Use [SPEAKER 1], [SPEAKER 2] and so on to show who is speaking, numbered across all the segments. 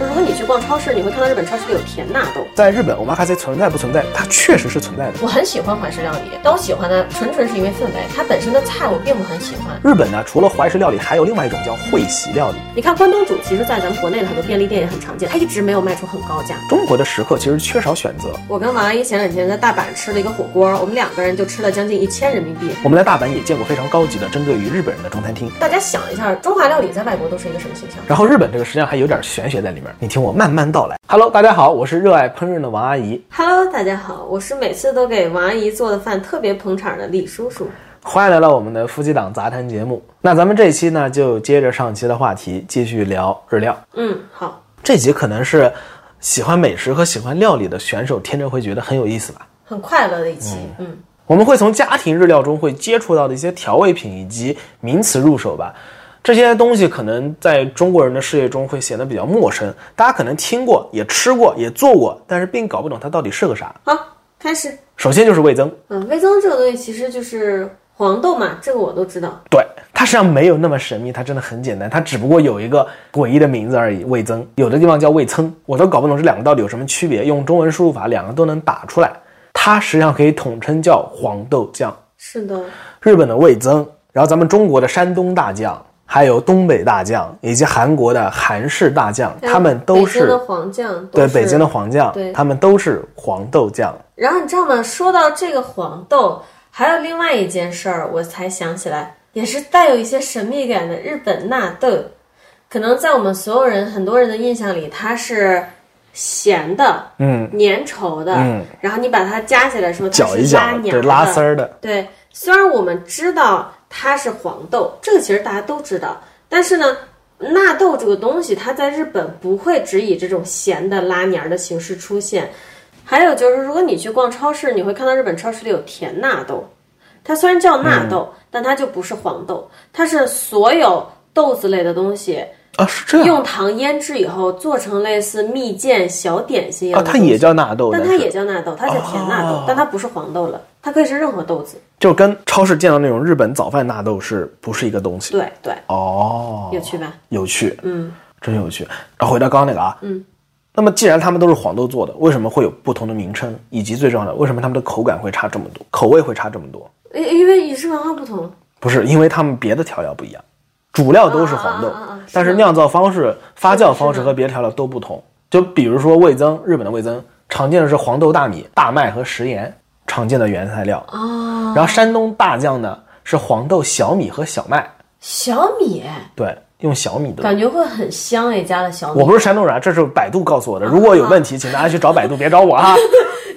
[SPEAKER 1] 如果你去逛超市，你会看到日本超市里有甜纳豆。
[SPEAKER 2] 在日本，我妈还在存在不存在？它确实是存在的。
[SPEAKER 3] 我很喜欢怀石料理，但我喜欢它纯纯是因为氛围，它本身的菜我并不很喜欢。
[SPEAKER 2] 日本呢，除了怀石料理，还有另外一种叫会席料理。
[SPEAKER 1] 你看关东煮，其实在咱们国内的很多便利店也很常见，它一直没有卖出很高价。
[SPEAKER 2] 中国的食客其实缺少选择。
[SPEAKER 1] 我跟王阿姨前两天在大阪吃了一个火锅，我们两个人就吃了将近一千人民币。
[SPEAKER 2] 我们在大阪也见过非常高级的针对于日本人的中餐厅。
[SPEAKER 3] 大家想一下，中华料理在外国都是一个什么形象？
[SPEAKER 2] 然后日本这个实际上还有点玄学在里面，你听我慢慢道来。Hello，大家好，我是热爱烹饪的王阿姨，
[SPEAKER 1] Hello，大家好，我是每次都给王阿姨做的饭特别捧场的李叔叔。
[SPEAKER 2] 欢迎来到我们的夫妻档杂谈节目。那咱们这一期呢，就接着上期的话题继续聊日料。
[SPEAKER 1] 嗯，好，
[SPEAKER 2] 这集可能是喜欢美食和喜欢料理的选手天真会觉得很有意思吧。
[SPEAKER 3] 很快乐的一期，嗯，
[SPEAKER 2] 我们会从家庭日料中会接触到的一些调味品以及名词入手吧。这些东西可能在中国人的视野中会显得比较陌生，大家可能听过、也吃过、也做过，但是并搞不懂它到底是个啥。
[SPEAKER 1] 好，开始。
[SPEAKER 2] 首先就是味增，
[SPEAKER 1] 嗯，味增这个东西其实就是黄豆嘛，这个我都知道。
[SPEAKER 2] 对，它实际上没有那么神秘，它真的很简单，它只不过有一个诡异的名字而已。味增，有的地方叫味噌，我都搞不懂这两个到底有什么区别，用中文输入法两个都能打出来。它实际上可以统称叫黄豆酱。
[SPEAKER 1] 是的，
[SPEAKER 2] 日本的味增，然后咱们中国的山东大酱，还有东北大酱，以及韩国的韩式大酱，他们都
[SPEAKER 1] 北京的
[SPEAKER 2] 是
[SPEAKER 1] 黄酱，都
[SPEAKER 2] 对
[SPEAKER 1] 是
[SPEAKER 2] 北京的。黄酱
[SPEAKER 1] 对，
[SPEAKER 2] 他们都是黄豆酱。
[SPEAKER 3] 然后你知道吗？说到这个黄豆，还有另外一件事儿，我才想起来，也是带有一些神秘感的日本纳豆。可能在我们所有人很多人的印象里，它是咸的、
[SPEAKER 2] 嗯，
[SPEAKER 3] 粘稠的，
[SPEAKER 2] 嗯
[SPEAKER 3] 然后你把它夹起来的时候，它
[SPEAKER 2] 搅一
[SPEAKER 3] 是
[SPEAKER 2] 搅
[SPEAKER 3] 拉，黏
[SPEAKER 2] 对，
[SPEAKER 3] 的，
[SPEAKER 2] 拉丝儿的。
[SPEAKER 3] 对，虽然我们知道它是黄豆，这个其实大家都知道，但是呢，纳豆这个东西它在日本不会只以这种咸的拉黏儿的形式出现。还有就是，如果你去逛超市，你会看到日本超市里有甜纳豆，它虽然叫纳
[SPEAKER 2] 嗯
[SPEAKER 3] 豆，但它就不是黄豆，它是所有豆子类的东西
[SPEAKER 2] 啊，是这样
[SPEAKER 3] 用糖腌制以后做成类似蜜饯、小点心一样
[SPEAKER 2] 啊，
[SPEAKER 3] 的
[SPEAKER 2] 它
[SPEAKER 3] 东西
[SPEAKER 2] 也叫纳豆，
[SPEAKER 1] 但
[SPEAKER 2] 但
[SPEAKER 1] 它
[SPEAKER 2] 是
[SPEAKER 1] 也叫纳豆，它叫甜纳豆，
[SPEAKER 2] 哦
[SPEAKER 1] 但它不是黄豆了，它可以是任何豆子。
[SPEAKER 2] 就跟超市见到那种日本早饭纳豆是不是一个东西？
[SPEAKER 1] 对对，
[SPEAKER 2] 哦，
[SPEAKER 1] 有趣吧？
[SPEAKER 2] 有趣，
[SPEAKER 1] 嗯，
[SPEAKER 2] 真有趣。然后回到刚刚那个啊，
[SPEAKER 1] 嗯，
[SPEAKER 2] 那么既然他们都是黄豆做的，为什么会有不同的名称？以及最重要的，为什么他们的口感会差这么多，口味会差这么多？
[SPEAKER 1] 因因为饮食文化不同，
[SPEAKER 2] 不是，因为他们别的调料不一样，主料都是黄豆，
[SPEAKER 1] 啊啊啊啊是
[SPEAKER 2] 但是酿造方式、发酵方式和别的调料都不同。就比如说味增，日本的味增常见的是黄豆、大米、大麦和食盐常见的原材料。
[SPEAKER 3] 哦，
[SPEAKER 2] 然后山东大酱呢是黄豆、小米和小麦，
[SPEAKER 3] 小米
[SPEAKER 2] 对，用小米的。
[SPEAKER 3] 感觉会很香诶，加了小米
[SPEAKER 2] 我。不是山东人啊，这是百度告诉我的。如果
[SPEAKER 1] 啊
[SPEAKER 2] 有问题，请大家去找百度，别找我啊。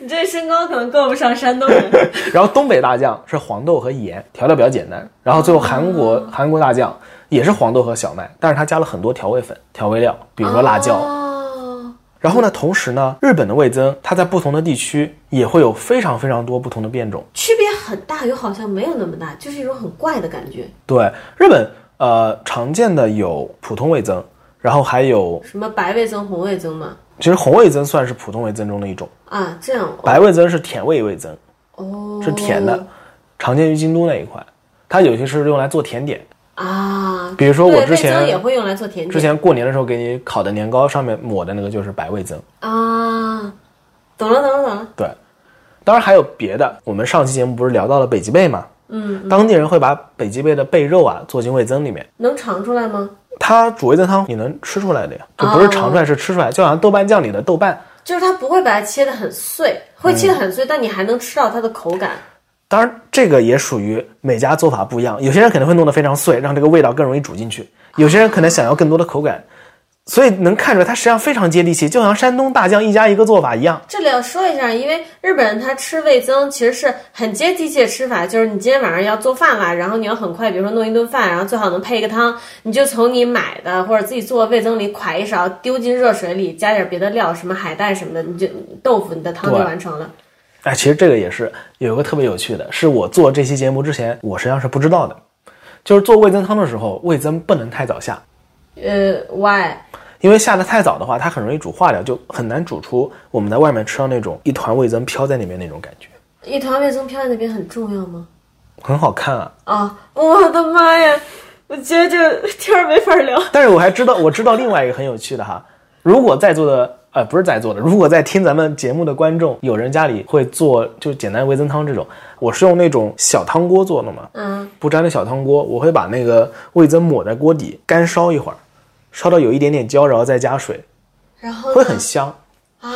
[SPEAKER 3] 你这身高可能够不上山东人。
[SPEAKER 2] 然后东北大酱是黄豆和盐，调料比较简单。然后最后韩国、
[SPEAKER 3] 哦
[SPEAKER 2] 韩国大酱也是黄豆和小麦，但是它加了很多调味粉、调味料， 比如说辣椒。
[SPEAKER 3] 哦，
[SPEAKER 2] 然后呢，同时呢，日本的味增它在不同的地区也会有非常非常多不同的变种。
[SPEAKER 3] 区别很大，又好像没有那么大，就是一种很怪的感觉。
[SPEAKER 2] 对，日本呃常见的有普通味增，然后还有
[SPEAKER 3] 什么白味增、红味增嘛？
[SPEAKER 2] 其实红味增算是普通味增中的一种，
[SPEAKER 3] 啊，这样
[SPEAKER 2] 白味增是甜味味增，
[SPEAKER 3] 哦，
[SPEAKER 2] 是甜的，常见于京都那一块。它有些是用来做甜点，
[SPEAKER 3] 啊。
[SPEAKER 2] 比如说我
[SPEAKER 3] 对
[SPEAKER 2] 之
[SPEAKER 3] 味增也
[SPEAKER 2] 前
[SPEAKER 3] 会用来做甜
[SPEAKER 2] 之
[SPEAKER 3] 点
[SPEAKER 2] 前过年的时候给你烤的年糕上面抹的那个就是白味增。
[SPEAKER 3] 啊。懂了，懂了，懂了。
[SPEAKER 2] 对，当然还有别的。我们上期节目不是聊到了北极贝吗？嗯，当地人会把北极贝的贝肉啊做进味增里面，
[SPEAKER 3] 能尝出来吗？
[SPEAKER 2] 它煮味增汤你能吃出来的呀，就不是尝出来，是吃出来，就好像豆瓣酱里的豆瓣。
[SPEAKER 3] 就是它不会把它切得很碎，会切得很碎，但你还能吃到它的口感。
[SPEAKER 2] 当然，这个也属于每家做法不一样，有些人可能会弄得非常碎，让这个味道更容易煮进去；有些人可能想要更多的口感，所以能看出来它实际上非常接地气，就好像山东大酱一家一个做法一样。
[SPEAKER 3] 这里要说一下，因为日本人他吃味增其实是很接地气的吃法，就是你今天晚上要做饭啦，然后你要很快，比如说弄一顿饭，然后最好能配一个汤，你就从你买的或者自己做的味增里㧟一勺，丢进热水里，加点别的料，什么海带什么的，你就豆腐，你的汤就
[SPEAKER 2] 对
[SPEAKER 3] 完成了。
[SPEAKER 2] 哎，其实这个也是有一个特别有趣的，是我做这期节目之前，我实际上是不知道的，就是做味增汤的时候，味增不能太早下，
[SPEAKER 3] 呃，why？
[SPEAKER 2] 因为下的太早的话，它很容易煮化掉，就很难煮出我们在外面吃到那种一团味增飘在里面那种感觉，
[SPEAKER 3] 一团味增飘在那边很重要吗？
[SPEAKER 2] 很好看啊。
[SPEAKER 3] 啊，我的妈呀！我觉得这天儿没法聊。
[SPEAKER 2] 但是我还知道，我知道另外一个很有趣的哈，如果在座的呃不是在座的，如果在听咱们节目的观众，有人家里会做就简单味增汤这种，我是用那种小汤锅做的嘛，
[SPEAKER 3] 嗯，
[SPEAKER 2] 不粘的小汤锅，我会把那个味增抹在锅底干烧一会儿，烧到有一点点焦，然后再加水，
[SPEAKER 3] 然后
[SPEAKER 2] 会
[SPEAKER 3] 呢
[SPEAKER 2] 很香，
[SPEAKER 3] 啊，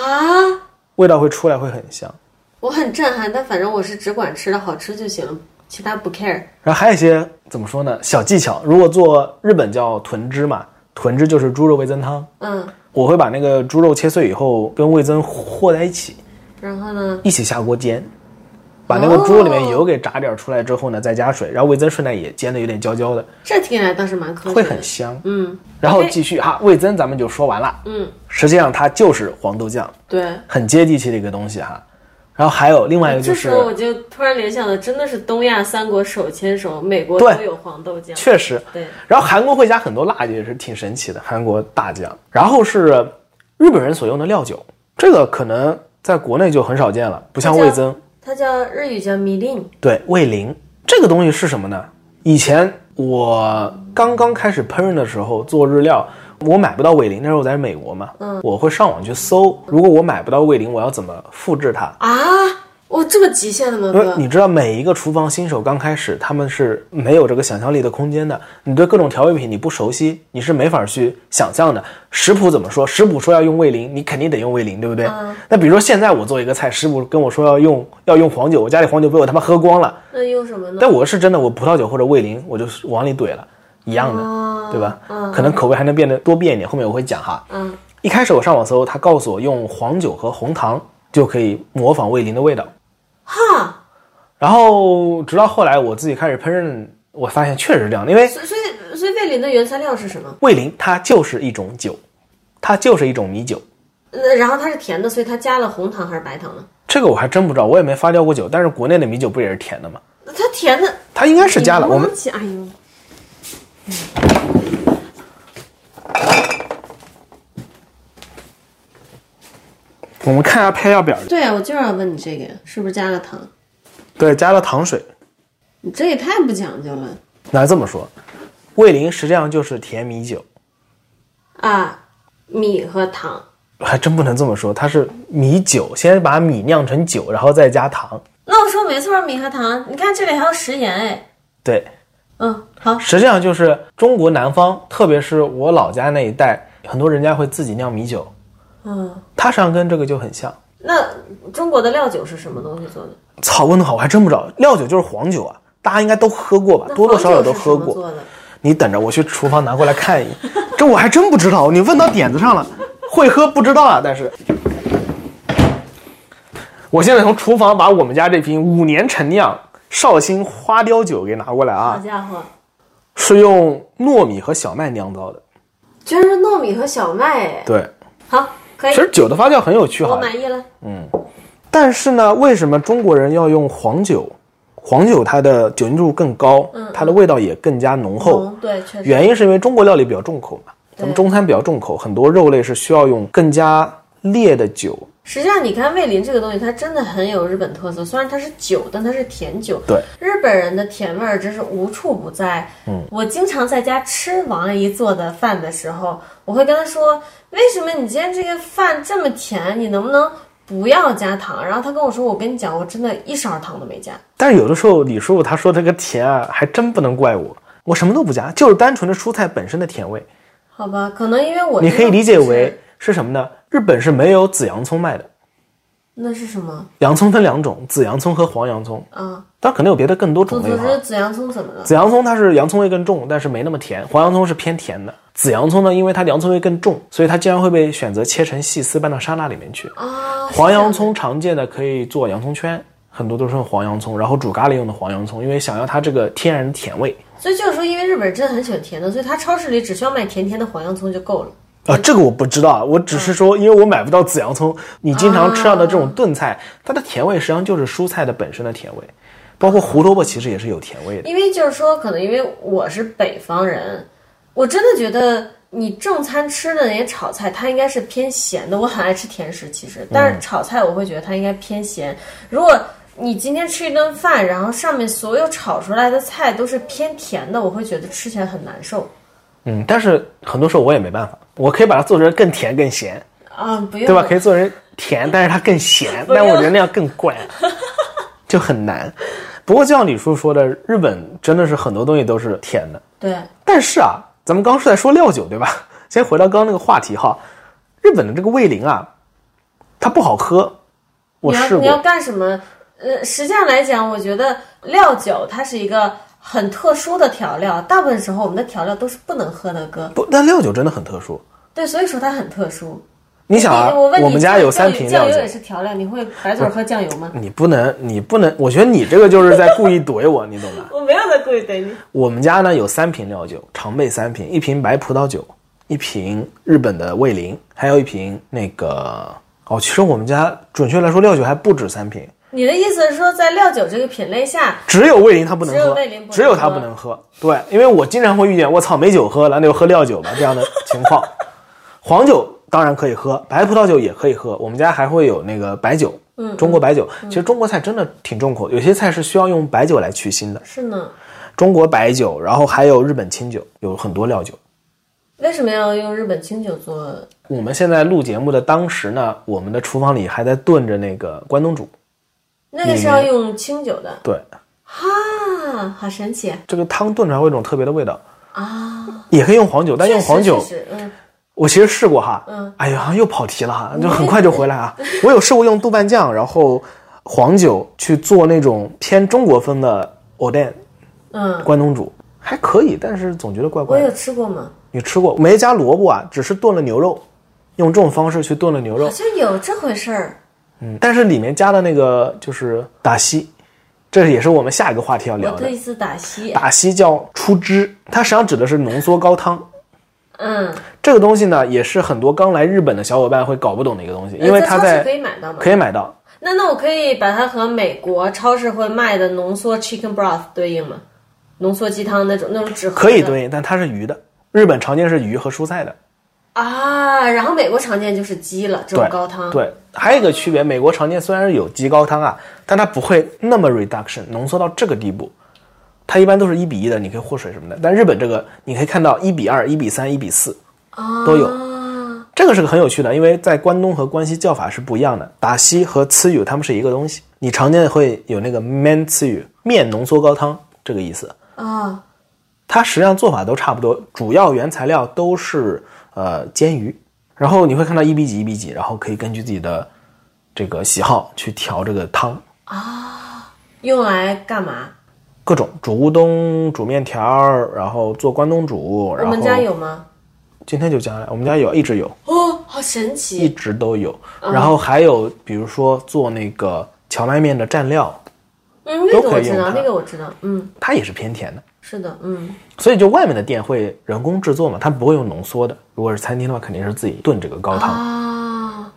[SPEAKER 2] 味道会出来，会很香。
[SPEAKER 3] 我很震撼，但反正我是只管吃的好吃就行了，其他不 care。
[SPEAKER 2] 然后还有一些怎么说呢，小技巧，如果做日本叫豚汁嘛，豚汁就是猪肉味增汤，
[SPEAKER 3] 嗯，
[SPEAKER 2] 我会把那个猪肉切碎以后跟味增和在一起，
[SPEAKER 3] 然后呢？
[SPEAKER 2] 一起下锅煎，把那个猪肉里面油给炸点儿出来之后呢，再加水，然后味增顺带也煎的有点焦焦的，
[SPEAKER 3] 这听起来倒是蛮科学的。
[SPEAKER 2] 会很香。
[SPEAKER 3] 嗯
[SPEAKER 2] 然后继续哈，味增咱们就说完了，
[SPEAKER 3] 嗯，
[SPEAKER 2] 实际上它就是黄豆酱，
[SPEAKER 3] 对。
[SPEAKER 2] 很接地气的一个东西哈。然后还有另外一个就
[SPEAKER 3] 这
[SPEAKER 2] 是
[SPEAKER 3] 时候我就突然联想了，真的是东亚三国手牵手，美国
[SPEAKER 2] 对
[SPEAKER 3] 都有黄豆酱。
[SPEAKER 2] 确实，
[SPEAKER 3] 对，
[SPEAKER 2] 然后韩国会加很多辣的，也是挺神奇的，韩国大酱。然后是日本人所用的料酒，这个可能在国内就很少见了，不像
[SPEAKER 3] 它叫
[SPEAKER 2] 味增，
[SPEAKER 3] 它叫日语叫米令，
[SPEAKER 2] 对，味淋这个东西是什么呢？以前我刚刚开始烹饪的时候做日料，我买不到味淋，那时候我在美国嘛，嗯，我会上网去搜，如果我买不到味淋，我要怎么复制它？
[SPEAKER 3] 啊，我这么极限的吗，
[SPEAKER 2] 因为
[SPEAKER 3] 哥？
[SPEAKER 2] 呃你知道，每一个厨房新手刚开始，他们是没有这个想象力的空间的。你对各种调味品你不熟悉，你是没法去想象的。食谱怎么说？食谱说要用味淋，你肯定得用味淋，对不对？那比如说现在我做一个菜，食谱跟我说要用要用黄酒，我家里黄酒被我他妈喝光了，
[SPEAKER 3] 那用什么呢？
[SPEAKER 2] 但我是真的，我葡萄酒或者味淋，我就是往里怼了，一样的，对吧？可能口味还能变得多变一点，后面我会讲哈。
[SPEAKER 3] 嗯，
[SPEAKER 2] 一开始我上网搜，他告诉我用黄酒和红糖就可以模仿味淋的味道。
[SPEAKER 3] 哈，
[SPEAKER 2] 然后直到后来我自己开始烹饪，我发现确实是这样的，因为
[SPEAKER 3] 所以所以所以味淋的原材料是什么？
[SPEAKER 2] 味淋它就是一种酒，它就是一种米酒。
[SPEAKER 3] 那呃然后它是甜的，所以它加了红糖还是白糖呢？
[SPEAKER 2] 这个我还真不知道，我也没发酵过酒，但是国内的米酒不也是甜的吗？
[SPEAKER 3] 那它甜的
[SPEAKER 2] 它应该是加了，
[SPEAKER 3] 你
[SPEAKER 2] 我
[SPEAKER 3] 能不
[SPEAKER 2] 们
[SPEAKER 3] 能起哎呦，
[SPEAKER 2] 我们看一下配料表，
[SPEAKER 3] 对啊，我就要问你这个是不是加了糖？
[SPEAKER 2] 对，加了糖水。
[SPEAKER 3] 你这也太不讲究了
[SPEAKER 2] 那这么说，味淋实际上就是甜米酒，
[SPEAKER 3] 啊！米和糖，
[SPEAKER 2] 还真不能这么说，它是米酒，先把米酿成酒，然后再加糖。
[SPEAKER 3] 那我哦说没错，米和糖。你看这里还有食盐哎，
[SPEAKER 2] 对，
[SPEAKER 3] 嗯，好，
[SPEAKER 2] 实际上就是中国南方，特别是我老家那一带，很多人家会自己酿米酒，
[SPEAKER 3] 嗯，
[SPEAKER 2] 它实际上跟这个就很像。
[SPEAKER 3] 那中国的料酒是什么东西做的？
[SPEAKER 2] 草问的好，我还真不知道。料酒就是黄酒啊，大家应该都喝过吧？
[SPEAKER 3] 那
[SPEAKER 2] 啊多多少少
[SPEAKER 3] 黄
[SPEAKER 2] 都
[SPEAKER 3] 酒是什
[SPEAKER 2] 喝
[SPEAKER 3] 么
[SPEAKER 2] 过。
[SPEAKER 3] 做的
[SPEAKER 2] 你等着，我去厨房拿过来看一眼。 这我还真不知道，你问到点子上了。会喝不知道啊，但是我现在从厨房把我们家这瓶五年陈酿绍兴花雕酒给拿过来
[SPEAKER 3] 好
[SPEAKER 2] 啊，
[SPEAKER 3] 家伙，
[SPEAKER 2] 是用糯米和小麦酿造的。
[SPEAKER 3] 居然是糯米和小麦哎！
[SPEAKER 2] 对，
[SPEAKER 3] 好，可以
[SPEAKER 2] 其，实酒的发酵很有趣
[SPEAKER 3] 我
[SPEAKER 2] 哈，
[SPEAKER 3] 满意了。
[SPEAKER 2] 但是呢，为什么中国人要用黄酒？黄酒它的酒精度更高，它的味道也更加浓厚。
[SPEAKER 3] 嗯，对，确实。
[SPEAKER 2] 原因是因为中国料理比较重口嘛，咱们
[SPEAKER 3] 对
[SPEAKER 2] 中餐比较重口，很多肉类是需要用更加烈的酒。
[SPEAKER 3] 实际上，你看味淋这个东西，它真的很有日本特色。虽然它是酒，但它是甜酒。
[SPEAKER 2] 对，
[SPEAKER 3] 日本人的甜味儿真是无处不在。嗯，我经常在家吃王阿姨做的饭的时候，我会跟她说：“为什么你今天这个饭这么甜？你能不能不要加糖？”然后她跟我说：“我跟你讲，我真的一勺糖都没加。
[SPEAKER 2] 但是有的时候李师傅他说这个甜啊，还真不能怪我，我什么都不加，就是单纯的蔬菜本身的甜味。”
[SPEAKER 3] 好吧，可能因为我
[SPEAKER 2] 你
[SPEAKER 3] 这
[SPEAKER 2] 可以
[SPEAKER 3] 个
[SPEAKER 2] 理解
[SPEAKER 3] 哦不是
[SPEAKER 2] 为是什么呢？日本是没有紫洋葱卖的，
[SPEAKER 3] 那是什么
[SPEAKER 2] 洋葱分两种，紫洋葱和黄洋葱，
[SPEAKER 3] 啊？
[SPEAKER 2] 当然可能有别的更多
[SPEAKER 3] 祖
[SPEAKER 2] 种
[SPEAKER 3] 祖
[SPEAKER 2] 类哈。
[SPEAKER 3] 是紫洋葱怎么了？
[SPEAKER 2] 紫洋葱它是洋葱味更重，但是没那么甜；黄洋葱是偏甜的。紫洋葱呢，因为它洋葱味更重，所以它经常会被选择切成细丝拌到沙拉里面去。
[SPEAKER 3] 啊，是
[SPEAKER 2] 黄
[SPEAKER 3] 这样
[SPEAKER 2] 洋葱常见的可以做洋葱圈，很多都是用黄洋葱，然后煮咖喱用的黄洋葱，因为想要它这个天然的甜味。
[SPEAKER 3] 所以就是说，因为日本人真的很喜欢甜的，所以他超市里只需要卖甜甜的黄洋葱就够了。
[SPEAKER 2] 啊，这个我不知道，我只是说，因为我买不到紫洋葱，你经常吃到的这种炖菜，它的甜味实际上就是蔬菜的本身的甜味，包括胡萝卜其实也是有甜味的。
[SPEAKER 3] 因为就是说，可能因为我是北方人，我真的觉得你正餐吃的那些炒菜，它应该是偏咸的。我很爱吃甜食，其实，但是炒菜我会觉得它应该偏咸。如果你今天吃一顿饭，然后上面所有炒出来的菜都是偏甜的，我会觉得吃起来很难受。
[SPEAKER 2] 嗯嗯，但是很多时候我也没办法，我可以把它做成更甜更咸，
[SPEAKER 3] 啊，不用
[SPEAKER 2] 对吧？可以做成甜，但是它更咸，但我觉得那样更 怪，就很难。不过就像李叔说的，日本真的是很多东西都是甜的。
[SPEAKER 3] 对，
[SPEAKER 2] 但是啊，咱们刚刚是在说料酒对吧？先回到刚刚那个话题哈，日本的这个味淋啊，它不好喝，我
[SPEAKER 3] 你要
[SPEAKER 2] 试
[SPEAKER 3] 你要
[SPEAKER 2] 过。
[SPEAKER 3] 干什么？呃，实际上来讲，我觉得料酒它是一个很特殊的调料，大部分时候我们的调料都是不能喝的，哥。
[SPEAKER 2] 不，但料酒真的很特殊。
[SPEAKER 3] 对，所以说它很特殊。
[SPEAKER 2] 你想啊，
[SPEAKER 3] 你哎我问你
[SPEAKER 2] 们家有三
[SPEAKER 3] 酱
[SPEAKER 2] 瓶
[SPEAKER 3] 酱
[SPEAKER 2] 料
[SPEAKER 3] 油
[SPEAKER 2] 酒
[SPEAKER 3] 也，是调料，你会白嘴喝酱油吗？
[SPEAKER 2] 你不能，你不能，我觉得你这个就是在故意怼我，你懂吗？
[SPEAKER 3] 我没有在故意怼你。
[SPEAKER 2] 我们家呢有三瓶料酒，常备三瓶，一瓶白葡萄酒，一瓶日本的味淋，还有一瓶那个哦，其实我们家准确来说料酒还不止三瓶，
[SPEAKER 3] 你的意思是说，在料酒这个品类下，
[SPEAKER 2] 只有味淋它不能
[SPEAKER 3] 只有
[SPEAKER 2] 喝
[SPEAKER 3] 味淋不能，喝
[SPEAKER 2] 只有它不能喝。对，因为我经常会遇见我操没酒喝了，那就喝料酒吧这样的情况。黄酒当然可以喝，白葡萄酒也可以喝，我们家还会有那个白酒，嗯，中国白酒。其实中国菜真的挺重口，有些菜是需要用白酒来去腥的，
[SPEAKER 3] 是呢？
[SPEAKER 2] 中国白酒，然后还有日本清酒，有很多料酒。
[SPEAKER 3] 为什么要用日本清酒做？
[SPEAKER 2] 我们现在录节目的当时呢，我们的厨房里还在炖着那个关东煮。
[SPEAKER 3] 那个是要用清酒的
[SPEAKER 2] 对，
[SPEAKER 3] 啊，好神奇
[SPEAKER 2] 这个汤炖出来会有一种特别的味道，
[SPEAKER 3] 啊！
[SPEAKER 2] 也可以用黄酒，但用黄酒
[SPEAKER 3] 确实，确实嗯，
[SPEAKER 2] 我其实试过哈。
[SPEAKER 3] 嗯。
[SPEAKER 2] 哎呀，又跑题了哈，就很快就回来啊。我有试过用豆瓣酱，然后黄酒去做那种偏中国风的 oden
[SPEAKER 3] 嗯，
[SPEAKER 2] 关东煮，还可以，但是总觉得怪
[SPEAKER 3] 我
[SPEAKER 2] 怪
[SPEAKER 3] 有
[SPEAKER 2] 的。
[SPEAKER 3] 吃过吗？
[SPEAKER 2] 你吃过没加萝卜啊？只是炖了牛肉，用这种方式去炖了牛肉
[SPEAKER 3] 好。像有这回事儿。
[SPEAKER 2] 嗯，但是里面加的那个就是达西，这也是我们下一个话题要聊
[SPEAKER 3] 我
[SPEAKER 2] 的
[SPEAKER 3] 对。一次打稀，
[SPEAKER 2] 达西叫出汁，它实际上指的是浓缩高汤。
[SPEAKER 3] 嗯，
[SPEAKER 2] 这个东西呢，也是很多刚来日本的小伙伴会搞不懂的一个东西，因为它
[SPEAKER 3] 呃超市可
[SPEAKER 2] 在
[SPEAKER 3] 以买到吗？
[SPEAKER 2] 可以买到。
[SPEAKER 3] 那那我可以把它和美国超市会卖的浓缩 chicken broth 对应吗？浓缩鸡汤那种那种纸盒
[SPEAKER 2] 可以
[SPEAKER 3] 的
[SPEAKER 2] 对应，但它是鱼的。日本常见是鱼和蔬菜的，
[SPEAKER 3] 啊，然后美国常见就是鸡了，这种
[SPEAKER 2] 对
[SPEAKER 3] 高汤。
[SPEAKER 2] 对，还有一个区别，美国常见虽然是有鸡高汤啊，但它不会那么 reduction 浓缩到这个地步，它一般都是一比一的，你可以和水什么的。但日本这个你可以看到一比二、一比三、一比四，
[SPEAKER 3] 啊，
[SPEAKER 2] 都有这个是个很有趣的，因为在关东和关西叫法是不一样的。打西和刺语它们是一个东西，你常见会有那个 man 刺语面浓缩高汤这个意思，
[SPEAKER 3] 啊，
[SPEAKER 2] 它实际上做法都差不多，主要原材料都是呃煎鱼，然后你会看到一比几一比几，然后可以根据自己的这个喜好去调这个汤，
[SPEAKER 3] 用来干嘛？
[SPEAKER 2] 各种煮乌冬、煮面条儿，然后做关东煮，
[SPEAKER 3] 我
[SPEAKER 2] 然后
[SPEAKER 3] 们家有吗？
[SPEAKER 2] 今天就加了，我们家有一直有。
[SPEAKER 3] 哦，好神
[SPEAKER 2] 一
[SPEAKER 3] 奇！
[SPEAKER 2] 直都有。然后还有比如说做那个荞麦面的蘸料，
[SPEAKER 3] 嗯，那
[SPEAKER 2] 都
[SPEAKER 3] 个
[SPEAKER 2] 可
[SPEAKER 3] 我
[SPEAKER 2] 以
[SPEAKER 3] 知
[SPEAKER 2] 用
[SPEAKER 3] 道，
[SPEAKER 2] 它
[SPEAKER 3] 那个我知道，嗯，
[SPEAKER 2] 它也是偏甜的。
[SPEAKER 3] 是的，嗯，
[SPEAKER 2] 所以就外面的店会人工制作嘛，它不会用浓缩的。如果是餐厅的话，肯定是自己炖这个高汤。
[SPEAKER 3] 啊，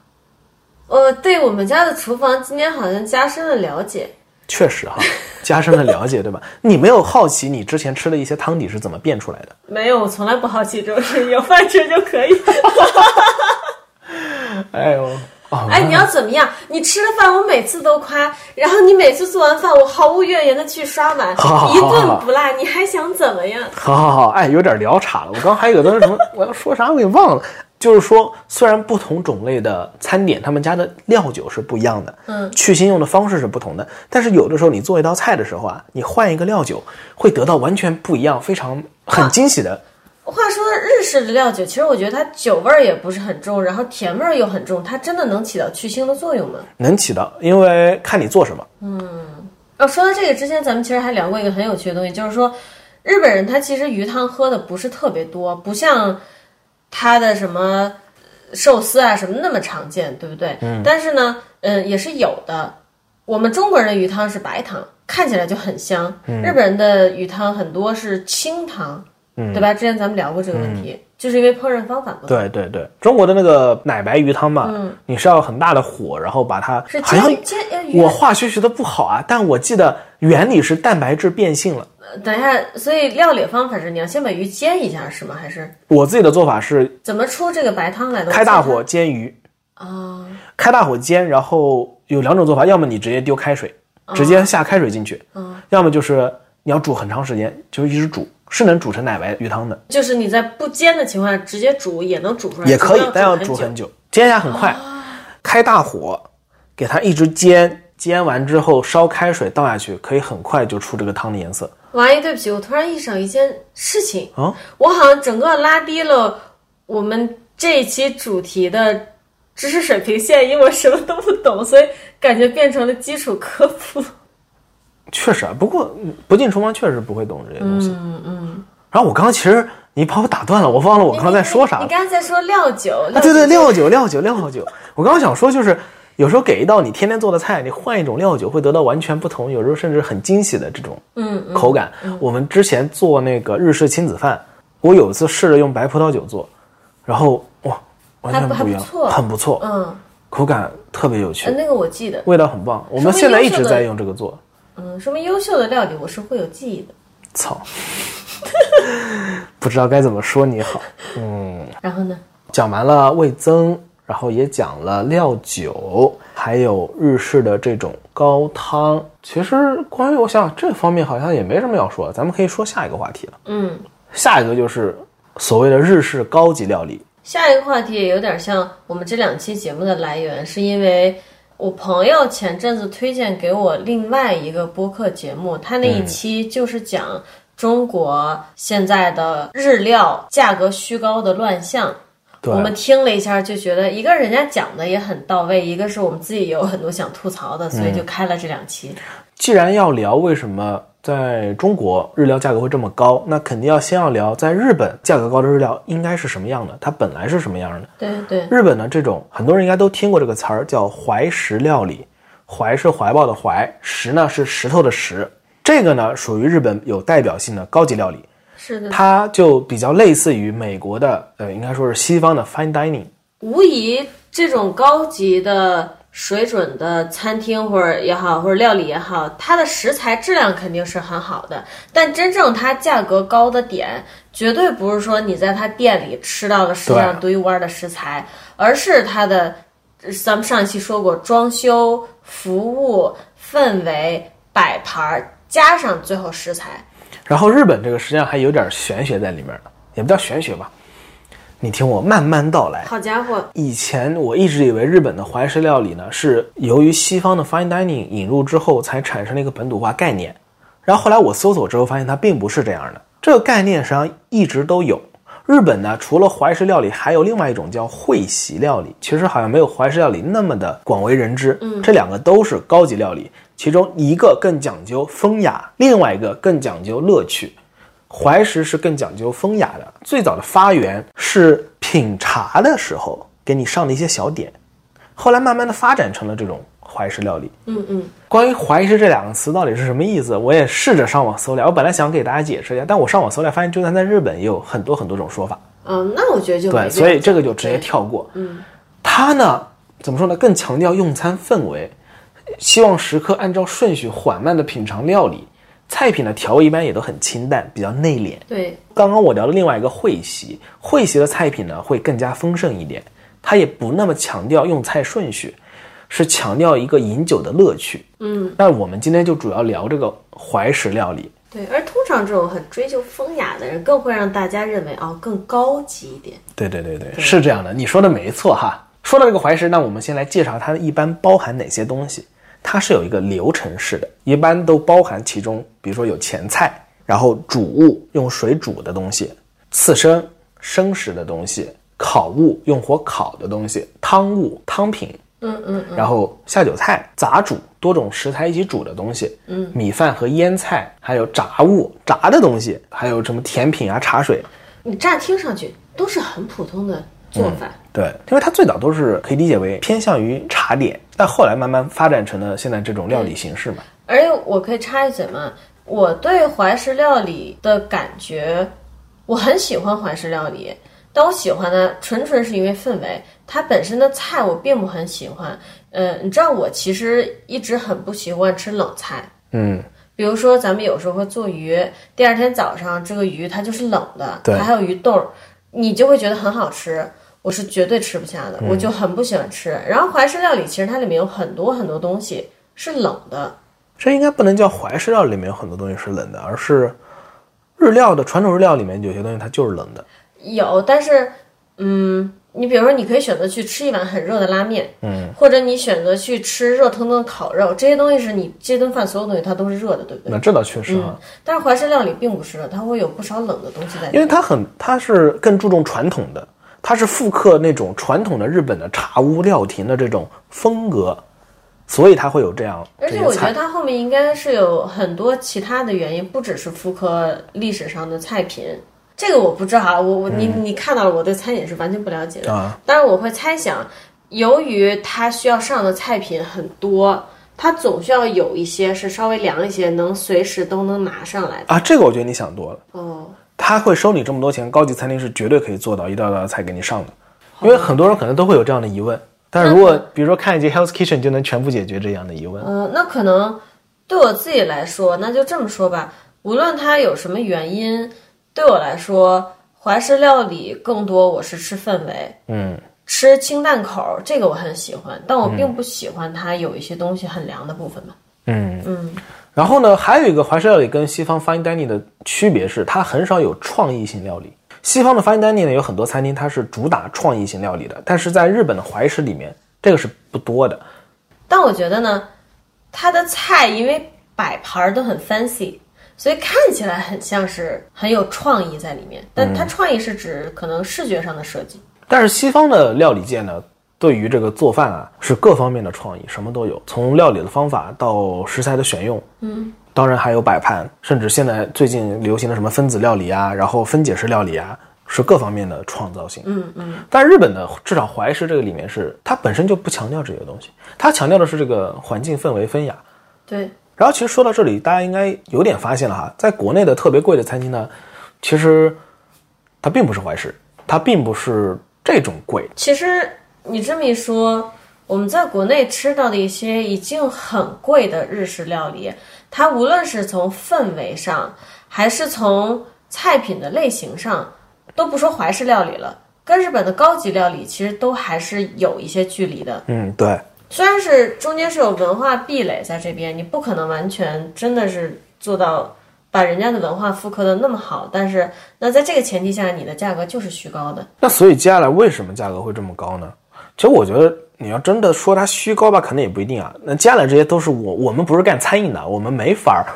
[SPEAKER 3] 呃，对我们家的厨房今天好像加深了了解。
[SPEAKER 2] 确实哈，加深了了解，对吧？你没有好奇你之前吃的一些汤底是怎么变出来的？
[SPEAKER 3] 没有，我从来不好奇这种事，有饭吃就可以。
[SPEAKER 2] 哎呦，哦，
[SPEAKER 3] 哎，你要怎么样？你吃了饭，我每次都夸，然后你每次做完饭，我毫无怨言的去刷碗，
[SPEAKER 2] 好好好
[SPEAKER 3] 一顿不落。你还想怎么样？
[SPEAKER 2] 好好好，哎，有点聊岔了。我刚还有个什么， 我要说啥我给忘了。就是说，虽然不同种类的餐点，他们家的料酒是不一样的，嗯，去腥用的方式是不同的。但是有的时候你做一道菜的时候啊，你换一个料酒，会得到完全不一样、非常很惊喜的。
[SPEAKER 3] 话说日式的料酒，其实我觉得它酒味儿也不是很重，然后甜味儿又很重，它真的能起到去腥的作用吗？
[SPEAKER 2] 能起到，因为看你做什么。
[SPEAKER 3] 哦，说到这个，之前咱们其实还聊过一个很有趣的东西，就是说日本人他其实鱼汤喝的不是特别多，不像他的什么寿司啊什么那么常见，对不对？嗯。但是呢，嗯，也是有的。我们中国人的鱼汤是白汤，看起来就很香。
[SPEAKER 2] 嗯
[SPEAKER 3] 日本人的鱼汤很多是清汤，
[SPEAKER 2] 嗯
[SPEAKER 3] 对吧？之前咱们聊过这个问题，就是因为烹饪方法不同。
[SPEAKER 2] 对对对，中国的那个奶白鱼汤嘛，嗯，你是要很大的火，然后把它
[SPEAKER 3] 是
[SPEAKER 2] 好像
[SPEAKER 3] 煎煎呃鱼
[SPEAKER 2] 我化学学的不好啊，但我记得原理是蛋白质变性了。
[SPEAKER 3] 等一下，所以料理方法是你要先把鱼煎一下是吗？还是
[SPEAKER 2] 我自己的做法是
[SPEAKER 3] 怎么出这个白汤来的？
[SPEAKER 2] 开大火煎鱼，
[SPEAKER 3] 啊。
[SPEAKER 2] 开大火煎，然后有两种做法，要么你直接
[SPEAKER 3] 哦
[SPEAKER 2] 丢开水，直接下开水进去，要么就是你要煮很长时间，就一直煮，是能煮成奶白鱼汤的，
[SPEAKER 3] 就是你在不煎的情况下直接煮也能煮出来，
[SPEAKER 2] 也可以
[SPEAKER 3] 只不，过
[SPEAKER 2] 但
[SPEAKER 3] 要
[SPEAKER 2] 要
[SPEAKER 3] 煮
[SPEAKER 2] 煮
[SPEAKER 3] 很
[SPEAKER 2] 很
[SPEAKER 3] 久。哦
[SPEAKER 2] 久，煎下很快，开大火，给它一直煎，煎完之后烧开水倒下去，可以很快就出这个汤的颜色。
[SPEAKER 3] 王姨，对不起，我突然意识到一件事情，
[SPEAKER 2] 啊
[SPEAKER 3] 我好像整个拉低了我们这一期主题的知识水平线，因为我什么都不懂，所以感觉变成了基础科 普。
[SPEAKER 2] 确实啊，不过嗯不进厨房确实不会懂这些东西。嗯嗯。然后我刚刚其实你把我打断了，我忘了我刚刚在说啥
[SPEAKER 3] 你
[SPEAKER 2] 了。
[SPEAKER 3] 刚才在说料酒，
[SPEAKER 2] 啊，对对，料酒料酒料酒，我刚刚想说就是。有时候给一道你天天做的菜，你换一种料酒，会得到完全不同，有时候甚至很惊喜的这种
[SPEAKER 3] 嗯嗯，
[SPEAKER 2] 口感。我们之前做那个日式亲子饭，我有一次试着用白葡萄酒做，然后哇，完全
[SPEAKER 3] 还不还
[SPEAKER 2] 不一
[SPEAKER 3] 不
[SPEAKER 2] 样，
[SPEAKER 3] 错
[SPEAKER 2] 很不错，
[SPEAKER 3] 嗯，
[SPEAKER 2] 口感特别有趣，
[SPEAKER 3] 呃那个我记得，
[SPEAKER 2] 味道很棒。我
[SPEAKER 3] 说
[SPEAKER 2] 们
[SPEAKER 3] 明
[SPEAKER 2] 现在
[SPEAKER 3] 优
[SPEAKER 2] 一
[SPEAKER 3] 秀
[SPEAKER 2] 直
[SPEAKER 3] 的
[SPEAKER 2] 在用这个做。
[SPEAKER 3] 嗯，说明优秀的料理我是会有记忆的。
[SPEAKER 2] 操， 不知道该怎么说你好。
[SPEAKER 3] 然后呢，
[SPEAKER 2] 讲完了味增，然后也讲了料酒，还有日式的这种高汤。其实关于我想想这方面好像也没什么要说，咱们可以说下一个话题了。
[SPEAKER 3] 嗯，
[SPEAKER 2] 下一个就是所谓的日式高级料理。
[SPEAKER 3] 下一个话题也有点像我们这两期节目的来源，是因为我朋友前阵子推荐给我另外一个播客节目，他那一期就是讲中国现在的日料价格虚高的乱象。
[SPEAKER 2] 对
[SPEAKER 3] 我们听了一下，就觉得一个人家讲的也很到位，一个是我们自己有很多想吐槽的，所以就开了这两期。
[SPEAKER 2] 既然要聊为什么在中国日料价格会这么高，那肯定要先要聊在日本价格高的日料应该是什么样的，它本来是什么样的。
[SPEAKER 3] 对对对，
[SPEAKER 2] 日本呢，这种很多人应该都听过这个词儿，叫怀石料理。怀是怀抱的怀，石呢是石头的石。这个呢属于日本有代表性的高级料理，
[SPEAKER 3] 是的，
[SPEAKER 2] 它就比较类似于美国的，呃，应该说是西方的 fine dining。
[SPEAKER 3] 无疑，这种高级的水准的餐厅或者也好，或者料理也好，它的食材质量肯定是很好的。但真正它价格高的点，绝对不是说你在它店里吃到的世界上独一无二的食材，而是它的，呃咱们上一期说过，装修、服务、氛围、摆盘儿，加上最后食材。
[SPEAKER 2] 然后日本这个实际上还有点玄学在里面的，也不叫玄学吧。你听我慢慢道来。
[SPEAKER 3] 好家伙，
[SPEAKER 2] 以前我一直以为日本的怀石料理呢，是由于西方的 fine dining 引入之后才产生了一个本土化概念。然后后来我搜索之后发现它并不是这样的，这个概念实际上一直都有。日本呢，除了怀石料理，还有另外一种叫会席料理，其实好像没有怀石料理那么的广为人知。嗯，这两个都是高级料理，其中一个更讲究风雅，另外一个更讲究乐趣。怀石是更讲究风雅的，最早的发源是品茶的时候给你上的一些小点，后来慢慢的发展成了这种怀石料理。
[SPEAKER 3] 嗯嗯，
[SPEAKER 2] 关于怀石这两个词到底是什么意思，我也试着上网搜了。我本来想给大家解释一下，但我上网搜了，发现就算在日本也有很多很多种说法。
[SPEAKER 3] 嗯，那我觉得就没
[SPEAKER 2] 对，
[SPEAKER 3] 必
[SPEAKER 2] 所
[SPEAKER 3] 要
[SPEAKER 2] 以这个就直
[SPEAKER 3] 对
[SPEAKER 2] 接跳过。嗯，它呢怎么说呢？更强调用餐氛围，希望食客按照顺序缓慢的品尝料理。菜品的调味一般也都很清淡，比较内敛。
[SPEAKER 3] 对
[SPEAKER 2] 刚刚我聊的另外一个会席，会席的菜品呢会更加丰盛一点，它也不那么强调用菜顺序，是强调一个饮酒的乐趣。嗯，那我们今天就主要聊这个怀石料理。
[SPEAKER 3] 对，而通常这种很追求风雅的人，更会让大家认为哦更高级一点。
[SPEAKER 2] 对对对对，是这样的，你说的没错哈。说到这个怀石，那我们先来介绍它一般包含哪些东西。它是有一个流程式的，一般都包含其中，比如说有前菜，然后主物用水煮的东西，刺身生食的东西，烤物用火烤的东西，汤物汤品，
[SPEAKER 3] 嗯嗯，
[SPEAKER 2] 然后下酒菜、杂煮多种食材一起煮的东西，嗯，米饭和腌菜，还有炸物炸的东西，还有什么甜品啊、茶水，
[SPEAKER 3] 你乍听上去都是很普通的做法，
[SPEAKER 2] 对，因为它最早都是可以理解为偏向于茶点，但后来慢慢发展成了现在这种料理形式嘛。
[SPEAKER 3] 而且我可以插一嘴嘛，我对怀石料理的感觉，我很喜欢怀石料理，但我喜欢呢，纯纯是因为氛围。它本身的菜我并不很喜欢，呃，你知道我其实一直很不习惯吃冷菜，
[SPEAKER 2] 嗯，
[SPEAKER 3] 比如说，咱们有时候会做鱼，第二天早上这个鱼它就是冷的，
[SPEAKER 2] 对
[SPEAKER 3] 它还有鱼冻儿，你就会觉得很好吃。我是绝对吃不下
[SPEAKER 2] 嗯
[SPEAKER 3] 的，我就很不喜欢吃。然后怀石料理其实它里面有很多很多东西是冷的，
[SPEAKER 2] 这应该不能叫怀石料理里面有很多东西是冷的，而是日料的传统日料里面有些东西它就是冷的，
[SPEAKER 3] 有，但是，嗯，你比如说，你可以选择去吃一碗很热的拉面，嗯，或者你选择去吃热腾腾的烤肉，这些东西是你这顿饭所有东西它都是热的，对不对？
[SPEAKER 2] 那这倒确实啊。
[SPEAKER 3] 但是怀石料理并不是热，它会有不少冷的东西在里
[SPEAKER 2] 因
[SPEAKER 3] 面。
[SPEAKER 2] 为它很，它是更注重传统的，它是复刻那种传统的日本的茶屋料亭的这种风格，所以它会有这样
[SPEAKER 3] 而
[SPEAKER 2] 这
[SPEAKER 3] 且
[SPEAKER 2] 些
[SPEAKER 3] 我觉得
[SPEAKER 2] 菜。
[SPEAKER 3] 它后面应该是有很多其他的原因，不只是复刻历史上的菜品。这个我不知道啊，我我你你看到了，我对餐饮是完全不了解的。
[SPEAKER 2] 嗯啊，
[SPEAKER 3] 但是我会猜想，由于它需要上的菜品很多，它总需要有一些是稍微凉一些，能随时都能拿上来的。
[SPEAKER 2] 啊，这个我觉得你想多了。
[SPEAKER 3] 哦，
[SPEAKER 2] 他会收你这么多钱，高级餐厅是绝对可以做到一道道菜给你上的，因为很多人可能都会有这样的疑问。但是如果比如说看一集《Health Kitchen》，就能全部解决这样的疑问。
[SPEAKER 3] 呃，那可能对我自己来说，那就这么说吧，无论它有什么原因，对我来说，怀石料理更多我是吃氛围，
[SPEAKER 2] 嗯，
[SPEAKER 3] 吃清淡口儿，这个我很喜欢，但我并不喜欢它有一些东西很凉的部分吧。
[SPEAKER 2] 然后呢，还有一个怀石料理跟西方 fine dining 的区别是，它很少有创意性料理。西方的 fine dining 呢，有很多餐厅它是主打创意性料理的，但是在日本的怀石里面，这个是不多的。
[SPEAKER 3] 但我觉得呢，它的菜因为摆盘儿都很 fancy，所以看起来很像是很有创意在里面。但它创意是指可能视觉上的设计。
[SPEAKER 2] 但是西方的料理界呢，对于这个做饭啊，是各方面的创意，什么都有，从料理的方法到食材的选用，嗯，当然还有摆盘，甚至现在最近流行的什么分子料理啊，然后分解式料理啊，是各方面的创造性。
[SPEAKER 3] 嗯嗯，
[SPEAKER 2] 但日本的至少怀石这个里面是，它本身就不强调这些东西，它强调的是这个环境氛围分雅。
[SPEAKER 3] 对，
[SPEAKER 2] 然后其实说到这里，大家应该有点发现了哈，在国内的特别贵的餐厅呢，其实它并不是怀石，它并不是这种贵，
[SPEAKER 3] 其实你这么一说，我们在国内吃到的一些已经很贵的日式料理，它无论是从氛围上，还是从菜品的类型上，都不说怀式料理了，跟日本的高级料理其实都还是有一些距离的。
[SPEAKER 2] 嗯，对。
[SPEAKER 3] 虽然是中间是有文化壁垒在这边，你不可能完全真的是做到把人家的文化复刻的那么好，但是那在这个前提下，你的价格就是虚高的。
[SPEAKER 2] 那所以接下来为什么价格会这么高呢？其实我觉得你要真的说它虚高吧，可能也不一定啊。那接下来这些都是我我们不是干餐饮的，我们没法儿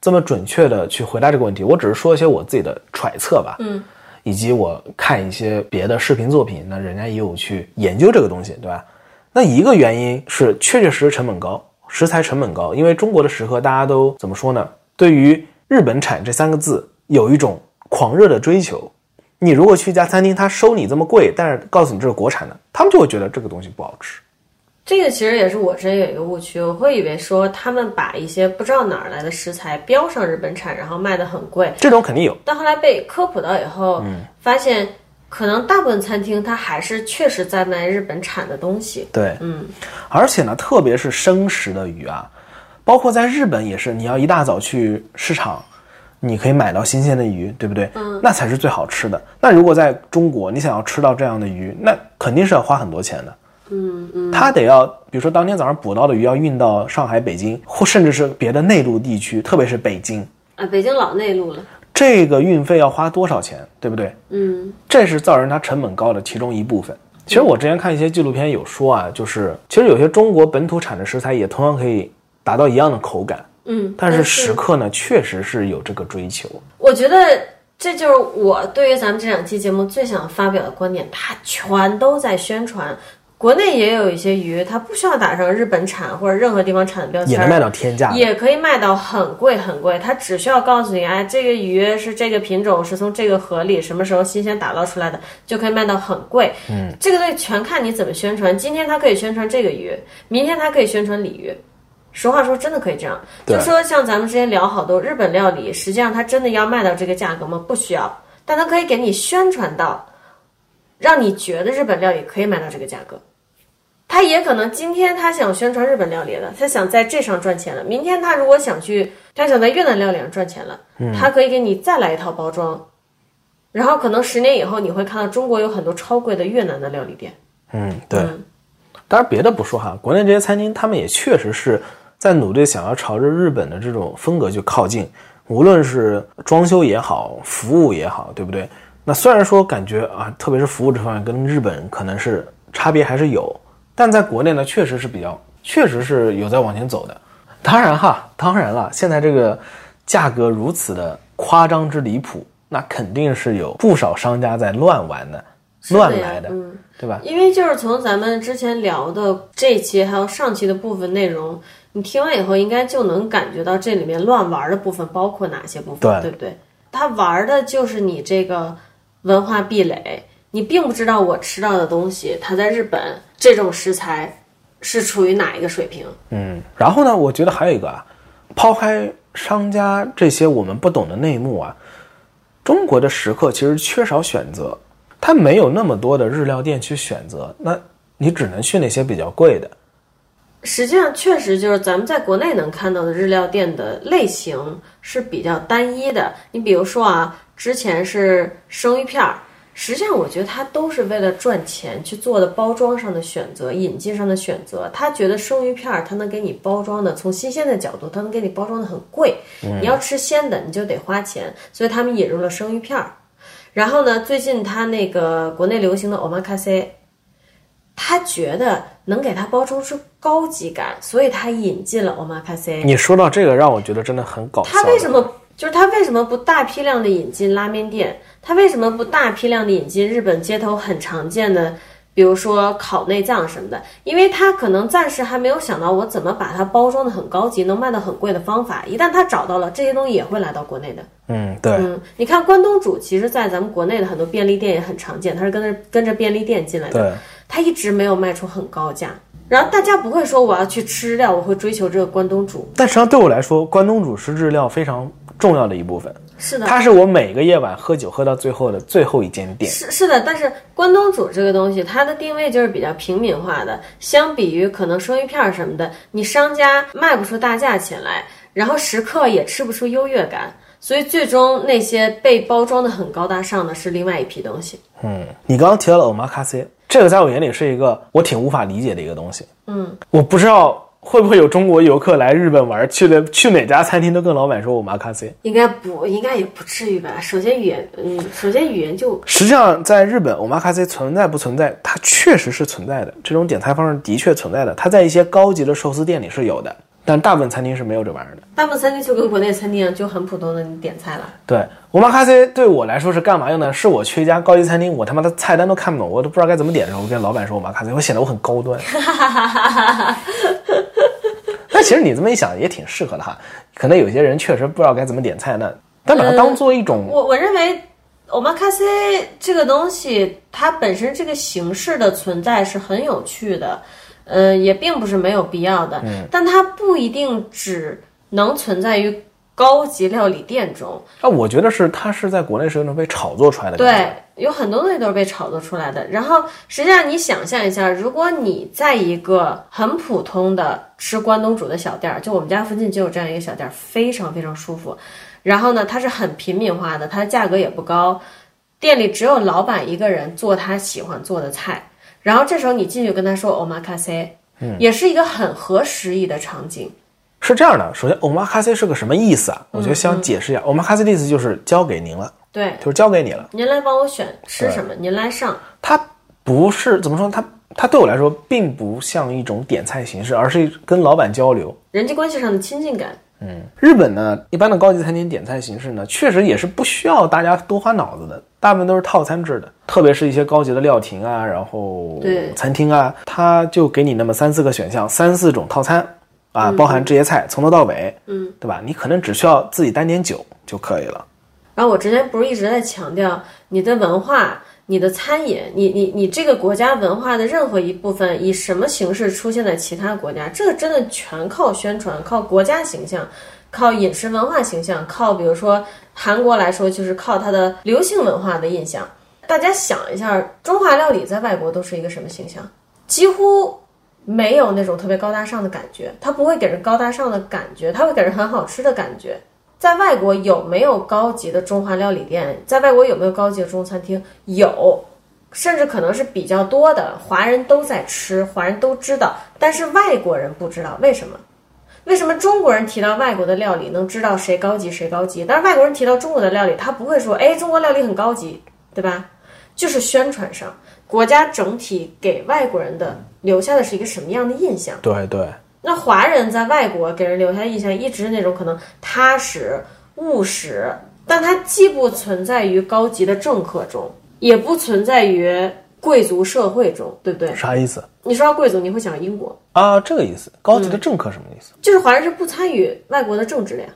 [SPEAKER 2] 这么准确的去回答这个问题。我只是说一些我自己的揣测吧，嗯，以及我看一些别的视频作品，那人家也有去研究这个东西，对吧？那一个原因是确确实实成本高，食材成本高，因为中国的食客大家都怎么说呢？对于日本产这三个字有一种狂热的追求。你如果去一家餐厅，他收你这么贵，但是告诉你这是国产的，他们就会觉得这个东西不好吃。
[SPEAKER 3] 这个其实也是我之前有一个误区，我会以为说他们把一些不知道哪儿来的食材标上日本产，然后卖的很贵，
[SPEAKER 2] 这种肯定有，
[SPEAKER 3] 但后来被科普到以后，
[SPEAKER 2] 嗯
[SPEAKER 3] 发现可能大部分餐厅它还是确实在卖日本产的东西。
[SPEAKER 2] 对，嗯，而且呢，特别是生食的鱼啊，包括在日本也是，你要一大早去市场，你可以买到新鲜的鱼，对不对？嗯，那才是最好吃的。那如果在中国，你想要吃到这样的鱼，那肯定是要花很多钱的。嗯嗯，他得要，比如说当天早上捕到的鱼要运到上海、北京，或甚至是别的内陆地区，特别是北京，
[SPEAKER 3] 啊，北京老内陆了，
[SPEAKER 2] 这个运费要花多少钱，对不对？嗯，这是造成它成本高的其中一部分。其实我之前看一些纪录片有说啊，就是其实有些中国本土产的食材也同样可以达到一样的口感，
[SPEAKER 3] 嗯，
[SPEAKER 2] 但是食客呢确实是有这个追求。
[SPEAKER 3] 我觉得这就是我对于咱们这两期节目最想发表的观点，它全都在宣传。国内也有一些鱼，它不需要打上日本产或者任何地方产的标签，
[SPEAKER 2] 也能卖到天价的，
[SPEAKER 3] 也可以卖到很贵很贵，它只需要告诉你，哎，这个鱼是这个品种，是从这个河里什么时候新鲜打捞出来的，就可以卖到很贵。嗯，这个东西全看你怎么宣传。今天它可以宣传这个鱼，明天它可以宣传鲤鱼。实话说，真的可以这样。就说像咱们之前聊好多日本料理，实际上它真的要卖到这个价格吗？不需要，但它可以给你宣传到，让你觉得日本料理可以卖到这个价格。他也可能今天他想宣传日本料理了，他想在这上赚钱了。明天他如果想去，他想在越南料理上赚钱了，他可以给你再来一套包装。然后可能十年以后，你会看到中国有很多超贵的越南的料理店。
[SPEAKER 2] 嗯，对。当然别的不说哈，国内这些餐厅他们也确实是在努力想要朝着日本的这种风格去靠近。无论是装修也好，服务也好，对不对？那虽然说感觉啊，特别是服务这方面跟日本可能是差别还是有，但在国内呢，确实是比较，确实是有在往前走的。当然哈，当然了，现在这个价格如此的夸张之离谱，那肯定是有不少商家在乱玩的，乱来的，
[SPEAKER 3] 嗯，
[SPEAKER 2] 对吧？
[SPEAKER 3] 因为就是从咱们之前聊的这一期还有上期的部分内容，你听完以后应该就能感觉到这里面乱玩的部分包括哪些部分，对
[SPEAKER 2] 对
[SPEAKER 3] 不对？他玩的就是你这个文化壁垒，你并不知道我吃到的东西，它在日本这种食材是处于哪一个水平。
[SPEAKER 2] 嗯，然后呢，我觉得还有一个啊，抛开商家这些我们不懂的内幕啊，中国的食客其实缺少选择，他没有那么多的日料店去选择，那你只能去那些比较贵的。
[SPEAKER 3] 实际上，确实就是咱们在国内能看到的日料店的类型是比较单一的。你比如说啊，之前是生鱼片儿，实际上我觉得它都是为了赚钱去做的包装上的选择、引进上的选择。他觉得生鱼片儿，它能给你包装的，从新鲜的角度，它能给你包装的很贵。你要吃鲜的，你就得花钱，所以他们引入了生鱼片儿。然后呢，最近他那个国内流行的 omakase，他觉得能给他包装出高级感，所以他引进了 omakase。
[SPEAKER 2] 你说到这个，让我觉得真的很搞笑。
[SPEAKER 3] 他为什么就是他为什么不大批量的引进拉面店？他为什么不大批量的引进日本街头很常见的，比如说烤内脏什么的？因为他可能暂时还没有想到我怎么把它包装的很高级，能卖的很贵的方法。一旦他找到了，这些东西也会来到国内的。
[SPEAKER 2] 嗯，对，
[SPEAKER 3] 嗯，你看关东煮，其实在咱们国内的很多便利店也很常见，它是跟着跟着便利店进来的。
[SPEAKER 2] 对，
[SPEAKER 3] 它一直没有卖出很高价。然后大家不会说我要去吃料，我会追求这个关东煮。
[SPEAKER 2] 但实际上对我来说，关东煮是日料非常重要的一部分，
[SPEAKER 3] 是的，
[SPEAKER 2] 它是我每个夜晚喝酒喝到最后的最后一间店。
[SPEAKER 3] 是是的，但是关东煮这个东西，它的定位就是比较平民化的，相比于可能生鱼片儿什么的，你商家卖不出大价钱来，然后食客也吃不出优越感，所以最终那些被包装的很高大上的是另外一批东西。
[SPEAKER 2] 嗯，你刚刚提到了 omakase，这个在我眼里是一个我挺无法理解的一个东西。
[SPEAKER 3] 嗯，
[SPEAKER 2] 我不知道会不会有中国游客来日本玩，去了去哪家餐厅都跟老板说 omakase。
[SPEAKER 3] 应该不，应该也不至于吧？首先语言，嗯，首先语言就
[SPEAKER 2] 实际上，在日本，omakase 存在不存在，它确实是存在的，这种点菜方式的确存在的，它在一些高级的寿司店里是有的，但大部分餐厅是没有这玩意儿的。
[SPEAKER 3] 大部分餐厅就跟国内餐厅一样，就很普通的你点菜了。
[SPEAKER 2] 对，omakase 对我来说是干嘛用呢？是我去一家高级餐厅，我他妈的菜单都看不懂，我都不知道该怎么点的时候，我跟老板说 omakase，我显得我很高端。 但其实你这么一想也挺适合的哈，可能有些人确实不知道该怎么点菜呢，但把它当做一种
[SPEAKER 3] 我我认为 omakase 这个东西，它本身这个形式的存在是很有趣的，呃，也并不是没有必要的，但它不一定只能存在于高级料理店中，
[SPEAKER 2] 啊，我觉得是它是在国内是有种被炒作出来的感觉。
[SPEAKER 3] 对，有很多东西都是被炒作出来的。然后，实际上你想象一下，如果你在一个很普通的吃关东煮的小店儿，就我们家附近就有这样一个小店儿，非常非常舒服。然后呢，它是很平民化的，它的价格也不高，店里只有老板一个人做他喜欢做的菜。然后这时候你进去跟他说 omakase，、也是一个很合时宜的场景。
[SPEAKER 2] 是这样的，首先 omakase 是个什么意思啊？我觉得想解释一下、o m a k a s e 的意思就是交给您了，
[SPEAKER 3] 对，
[SPEAKER 2] 就是交给你了。
[SPEAKER 3] 您来帮我选吃什么，您来上。
[SPEAKER 2] 它不是怎么说呢？它它对我来说并不像一种点菜形式，而是跟老板交流。
[SPEAKER 3] 人际关系上的亲近感，
[SPEAKER 2] 日本呢，一般的高级餐厅点菜形式呢，确实也是不需要大家多花脑子的，大部分都是套餐制的，特别是一些高级的料亭啊，然后
[SPEAKER 3] 对
[SPEAKER 2] 餐厅啊，它就给你那么三四个选项，三四种套餐啊，包含这些菜从头到尾，嗯，对吧？你可能只需要自己单点酒就可以了。
[SPEAKER 3] 然后我之前不是一直在强调你的文化、你的餐饮、你你你这个国家文化的任何一部分以什么形式出现在其他国家，这个真的全靠宣传、靠国家形象、靠饮食文化形象、靠比如说韩国来说，就是靠它的流行文化的印象。大家想一下，中华料理在外国都是一个什么形象？几乎没有那种特别高大上的感觉，它不会给人高大上的感觉，它会给人很好吃的感觉。在外国有没有高级的中华料理店？在外国有没有高级的中餐厅？有，甚至可能是比较多的，华人都在吃，华人都知道，但是外国人不知道为什么？为什么中国人提到外国的料理能知道谁高级谁高级？但是外国人提到中国的料理，他不会说，哎，中国料理很高级，对吧？就是宣传上，国家整体给外国人的留下的是一个什么样的印象？
[SPEAKER 2] 对对，
[SPEAKER 3] 那华人在外国给人留下的印象一直是那种可能踏实务实，但它既不存在于高级的政客中，也不存在于贵族社会中，对不对？
[SPEAKER 2] 啥意思
[SPEAKER 3] 你说到贵族，你会想到英国，
[SPEAKER 2] 啊？这个意思，高级的政客什么意思、
[SPEAKER 3] 就是华人是不参与外国的政治的呀。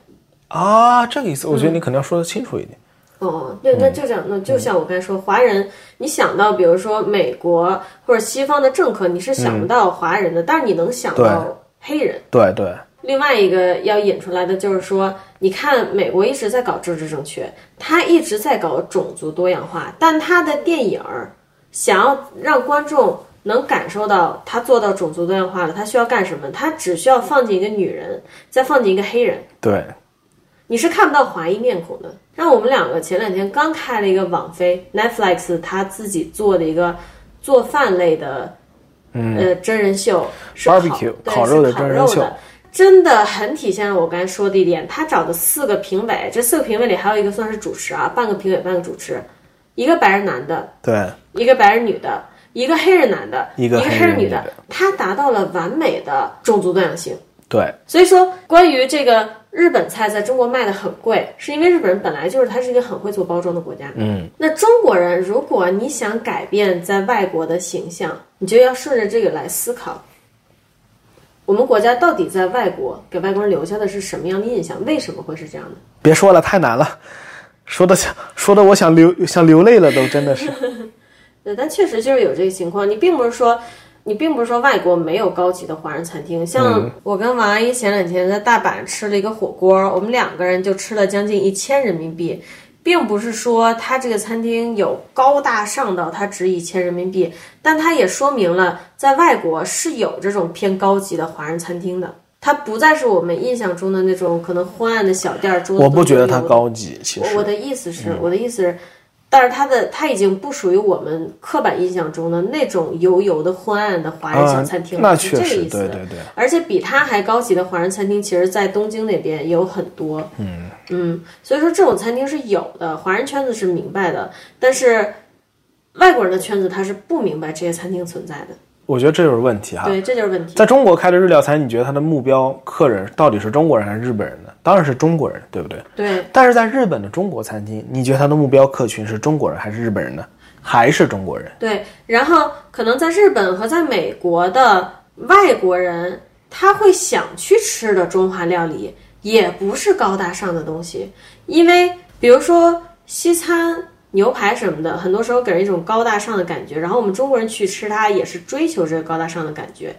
[SPEAKER 2] 啊？这个意思，我觉得你可能要说的清楚一点。
[SPEAKER 3] 哦，对，那就这样，那就像我刚才说，华人，你想到比如说美国或者西方的政客，你是想不到华人的，但是你能想到黑人。
[SPEAKER 2] 对对，
[SPEAKER 3] 另外一个要引出来的就是说，你看美国一直在搞政治正确，他一直在搞种族多样化，但他的电影儿想要让观众能感受到他做到种族多样化了，他需要干什么？他只需要放进一个女人，再放进一个黑人，
[SPEAKER 2] 对，
[SPEAKER 3] 你是看不到华裔面孔的。让我们两个前两天刚开了一个网飞 Netflix 他自己做的一个做饭类的，呃，真人秀是烤
[SPEAKER 2] 嗯 Barbecue，
[SPEAKER 3] 对
[SPEAKER 2] 烤
[SPEAKER 3] 是
[SPEAKER 2] 肉的
[SPEAKER 3] 烤
[SPEAKER 2] 真人
[SPEAKER 3] 肉
[SPEAKER 2] 秀
[SPEAKER 3] 的，真的很体现了我刚才说的一点。他找的四个评委，这四个评委里还有一个算是主持啊，半个评委半个主持，一个白人男的，
[SPEAKER 2] 对，
[SPEAKER 3] 一个白人女的，一个黑人男的，
[SPEAKER 2] 一
[SPEAKER 3] 一
[SPEAKER 2] 个黑
[SPEAKER 3] 黑
[SPEAKER 2] 人
[SPEAKER 3] 人
[SPEAKER 2] 女
[SPEAKER 3] 女
[SPEAKER 2] 的
[SPEAKER 3] 的，他达到了完美的种族多样性。
[SPEAKER 2] 对，
[SPEAKER 3] 所以说，关于这个日本菜在中国卖的很贵，是因为日本人本来就是它是一个很会做包装的国家。
[SPEAKER 2] 嗯，
[SPEAKER 3] 那中国人如果你想改变在外国的形象，你就要顺着这个来思考，我们国家到底在外国给外国人留下的是什么样的印象？为什么会是这样的？
[SPEAKER 2] 别说了，太难了，说的想说的我想流想流泪了，都真的是。
[SPEAKER 3] 对，但确实就是有这个情况。你并不是说，你并不是说外国没有高级的华人餐厅。
[SPEAKER 2] 嗯
[SPEAKER 3] 像我跟王阿姨前两天在大阪吃了一个火锅，我们两个人就吃了将近一千人民币，并不是说它这个餐厅有高大上到它值一千人民币，但它也说明了在外国是有这种偏高级的华人餐厅的。它不再是我们印象中的那种可能昏暗的小店儿，桌子
[SPEAKER 2] 我不觉得它
[SPEAKER 3] 都是油的
[SPEAKER 2] 高级，其
[SPEAKER 3] 我
[SPEAKER 2] 实嗯
[SPEAKER 3] 我的意思是，我的意思是，但是它的它已经不属于我们刻板印象中的那种油油的昏暗的华人小
[SPEAKER 2] 啊
[SPEAKER 3] 餐厅，，
[SPEAKER 2] 那
[SPEAKER 3] 是这
[SPEAKER 2] 确
[SPEAKER 3] 个
[SPEAKER 2] 实，
[SPEAKER 3] 意思。
[SPEAKER 2] 对对对，
[SPEAKER 3] 而且比它还高级的华人餐厅，其实在东京那边也有很多。嗯所以说这种餐厅是有的，华人圈子是明白的，但是外国人的圈子他是不明白这些餐厅存在的。
[SPEAKER 2] 我觉得这就是问题哈。
[SPEAKER 3] 对，这就是问题。
[SPEAKER 2] 啊在中国开的日料餐，你觉得它的目标客人到底是中国人还是日本人呢？当然是中国人，对不对？
[SPEAKER 3] 对，
[SPEAKER 2] 但是在日本的中国餐厅，你觉得它的目标客群是中国人还是日本人呢？还是中国人？
[SPEAKER 3] 对，然后可能在日本和在美国的外国人，他会想去吃的中华料理，也不是高大上的东西，因为比如说西餐。牛排什么的，很多时候给人一种高大上的感觉，然后我们中国人去吃它也是追求这个高大上的感觉。